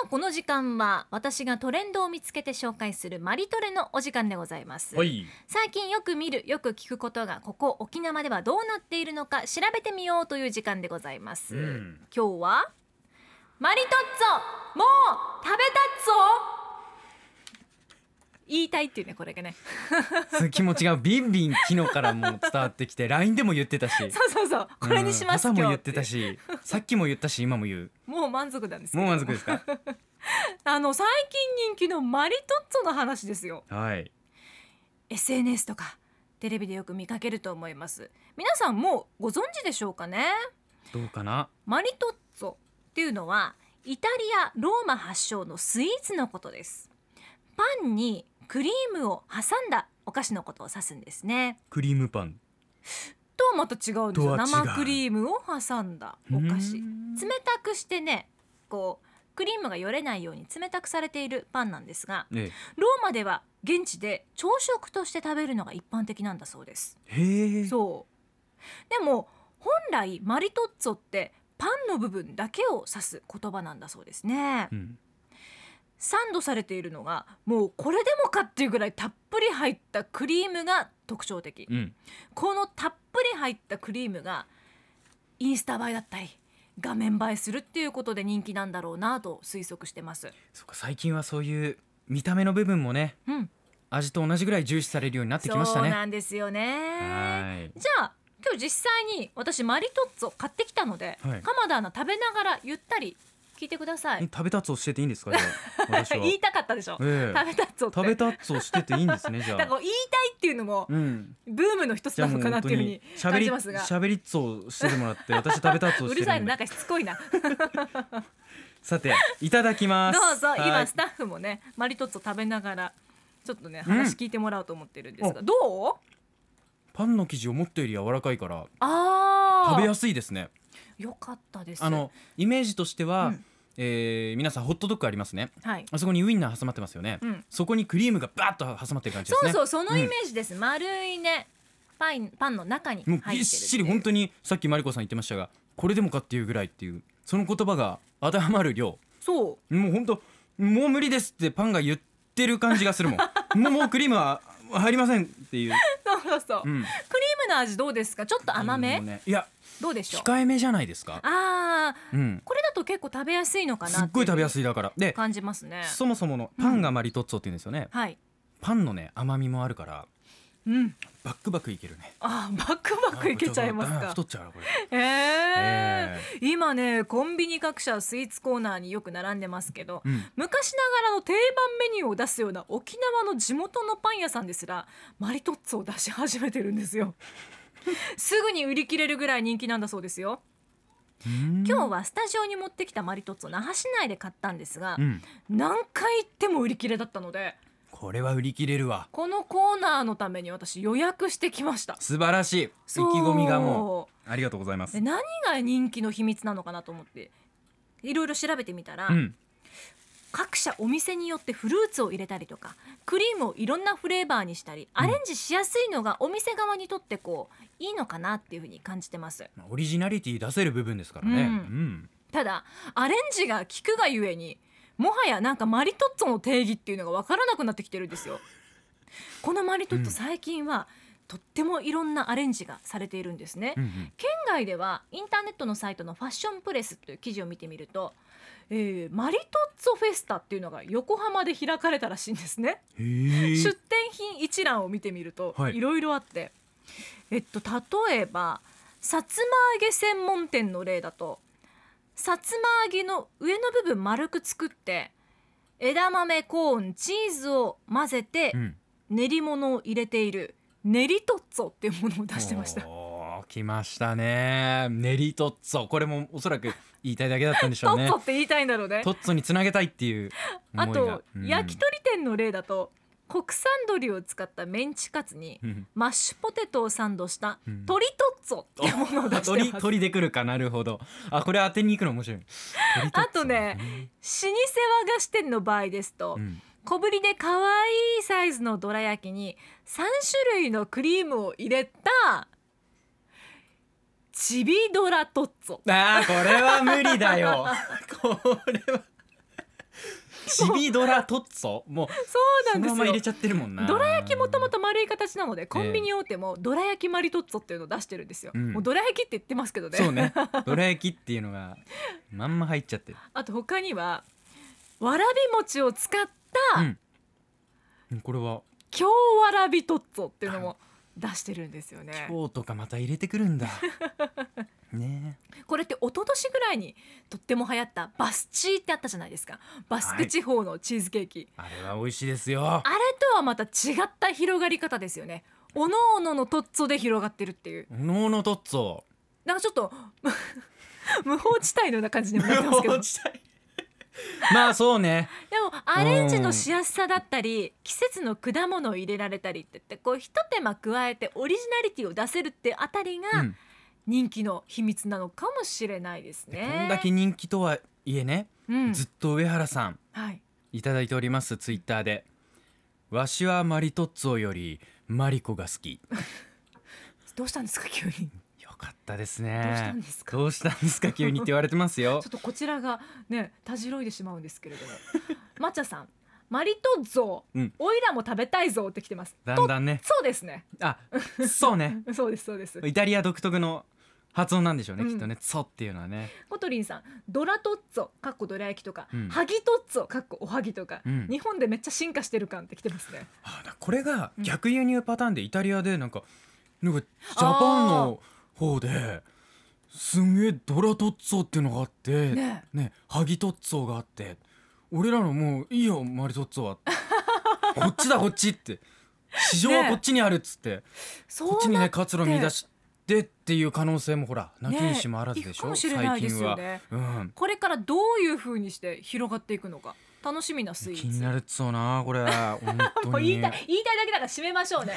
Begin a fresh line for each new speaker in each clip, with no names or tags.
あこの時間は私がトレンドを見つけて紹介するマリトレのお時間でございます、
はい。
最近よく見るよく聞くことがここ沖縄ではどうなっているのか調べてみようという時間でございます、
うん
今日はマリトッツォもう食べたっぞ言いたいっていうねこれがね
その気持ちがビンビン昨日からもう伝わってきて、LINE でも言ってたし。
そうそうそうこれにします、
うん朝も
今日
言ってたし、さっきも言ったし、今も言う。
もう満足なんですけど
もう満足です か。
あの最近人気のマリトッツォの話ですよ
はい。
SNS とかテレビでよく見かけると思います皆さんもうご存知でしょうかね
どうかな。
マリトッツォっていうのはイタリアローマ発祥のスイーツのことですパンにクリームを挟んだお菓子のことを指すんですね
クリームパン。
とはまた違うんですよ
とは違う
生クリームを挟んだお菓子
う
冷
ん
たくしてねこうクリームがよれないように冷たくされているパンなんですが
え
ローマでは現地で朝食として食べるのが一般的なんだそうです
え。へえ。
そうでも本来マリトッツォってパンの部分だけを指す言葉なんだそうですね
うん。
サンドされているのがもうこれでもかっていうぐらいたっぷり入ったクリームが特徴的
うん。
このたっぷり入ったクリームがインスタ映えだったり画面映えするっていうことで人気なんだろうなと推測してます
そっか、最近はそういう見た目の部分もね、
うん
味と同じぐらい重視されるようになってきまし
そ
た
う
ね。
なんですよね
はい。
じゃあ今日実際に私マリトッツォ買ってきたので、
はい
鎌田アナ食べながらゆったり聞いてください
え食べたつをしてていいんですか。じゃ あ私は。
言いたかったでしょ、
ええ
食べたっつおって
食べたつをしてていいんですね。じゃ
だからこ
あ。
う言いたいっていうのも
うん。
ブームの一つ
じゃ
な
あも
のか
う
な
本
ってい
当
うふうに
にしゃ
感
べり
じますが
しゃべりっつをしててもらって私食べたっつを
う
し
る
て
さい
るん
のな
で
んかしつこいなど
さていただきます
うぞ
はい
今スタッフもねマリトッツォ食べながらちょっとね話聞いてもらおうと思ってるんですが、どう
パンの生地思ったより柔らかいから
あ
食べ
あ
やすいですね
よかったです
あのイメージとしては、
うん
えー皆さんホットドッグありますね
はい
あそこにウインナー挟まってますよね、
うん
そこにクリームがバーッと挟まってる感じで
そ
す
う
ね
そうそのイメージです、丸いねパインパンの中に入
も
っ
う
てる
ぎっしり本
に
当にさっきマリコさん言ってましたがこれでもかっていうぐらいっていうその言葉が当てはまる量
そう
もう本当もう無理ですってパンが言ってる感じがするもん もうもうクリームは入りませんっていう、
そうそうそう、
う
ク
ん、
リームの味どうですかちょっと甘め、
もうねいや
どうでしょう
控えめじゃないですか
ああ
うん
これだと結構食べやすいのかな
すっごい食べや
い
すいだからで
感じますね
そもそものパンがマリトッツォって言うんですよね、
はい
パンのね甘みもあるから
うん
バックバックいけるね
あーバックバックいけちゃいます
あ
か
太っちゃうなこれ、
えー
え
今ねコンビニ各社スイーツコーナーによく並んでますけど、
ーうん
昔ながらの定番メニューを出すような沖縄の地元のパン屋さんですらマリトッツォを出し始めてるんです よすぐに売り切れるぐらい人気なんだそうですよ
うん
今日はスタジオに持ってきたマリトッツォ那覇市内で買ったんですが、
うん
何回行っても売り切れだったので
これは売り切れるわ
このコーナーのために私予約してきました
素晴らしい意気
そう
込みがもうありがとうございます
で何が人気の秘密なのかなと思っていろいろ調べてみたら、
うん
各社お店によってフルーツを入れたりとかクリームをいろんなフレーバーにしたりアレンジしやすいのがお店側にとってこういいのかなっていうふうに感じてます
まあオリジナリティ出せる部分ですからね、
う
うんん
ただアレンジが効くがゆえにもはやなんかマリトッツォの定義っていうのが分からなくなってきてるんですよこのマリトッツォ
うん
最近はとってもいろんなアレンジがされているんですね、
うんうん
県外ではインターネットのサイトのファッションプレスという記事を見てみると、えーマリトッツォフェスタっていうのが横浜で開かれたらしいんですね、
へ
出
ー
店品一覧を見てみると、
はい
いろいろあってえっと例えばさつま揚げ専門店の例だとさつま揚げの上の部分丸く作って枝豆コーンチーズを混ぜて
うん
練り物を入れている練りトッツォっていうものを出してました
おー来ましたね練りトッツォこれもおそらく言いたいだけだったんでしょ
ト
う
ッ
ね
ツォって言いたいんだろうね
トッツォにつなげたいっていう
あ
思いが
と、焼き鳥店の例だと国産鶏を使ったメンチカツに
うん
マッシュポテトをサンドした
うん
鳥トッツォっていうものを出してます
鳥鳥でくるかなるほどあこれ当てに行くの面白い鳥トッツォ
あとね老舗和菓子店の場合ですと、
うん
小ぶりで可愛いサイズのどら焼きに3種類のクリームを入れたチビドラトッツォ
あーこれは無理だよこれはチビドラトッツォもう
そうな
そ
ん
の
で
まます入
よ
れちゃってるもんな
どら焼きもともと丸い形なのでコンビニ大手もどら焼きマリトッツォっていうのを出してるんですよ、
うん
もうどら焼きって言ってますけどね
そうねどら焼きっていうのがまんま入っちゃってる
あと他にはわらび餅を使った
うんうんこれは
京わらびトッツォっていうのも出してるんですよね
今日とかまた入れてくる んだねえ
これって一昨年ぐらいにとっても流行ったバスチーってあったじゃないですかバスク地方のチーズケーキ、
あれは美味しいですよ
あれとはまた違った広がり方ですよねおのおののトッツォで広がってるっていう
能のトッツォ
なんかちょっと 無法地帯のような感じにもなってますけど
まあそうね
でもアレンジのしやすさだったり季節の果物を入れられたりって言ってこうひと手間加えてオリジナリティを出せるってあたり
う
が
ん
人気の秘密なのかもしれないです
で
ね。
こんだけ人気とはいえね、
うん
ずっと上原さん
はい、
いただいておりますツイッターでわしはマリトッツォよりマリコが好き
どうしたんですか急に。ち
よかったです
どうした
ね
んですか
どうしたんですか急にって言われてます
ょ
よ
っとこちらがねたじろいでしまうんですけれ ども。まっちゃさん、マリトッツォ、
うん
おいらも食べたいぞって来てます。
だ
と
んだんね
そうですね。
あそうね
そうです そうです。
イタリア独特の発音なんでしょうね、
うん
きっとね「ツォ」っていうのはね
コトリンさんドラトッツォかっこどら焼きとか、
うん
ハギトッツォかっこおはぎとか、
うん
日本でめっちゃ進化してる感ってきてますね
あだこれが
うん
逆輸入パターンでイタリアでなんかなんかジャパンの方ですんげえドラトッツォっていうのがあって、
ね
ね、ハギトッツォがあって俺らのもういいよマリトッツォ はこっちだこっちって市場はこっちにあるっつって、
そ
こっちに
な
ね活路見出してっていう可能性もほらなきにしもあらずでし
いく
ょ、
かもしれない
最
で
近
すよ
は、
ね
うん、
これからどういう風にして広がっていくのか楽しみなスイーツ
気になるっつうなこれ 本
も
当
う言
に
いたい言いたいだけだから締めましょうね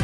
い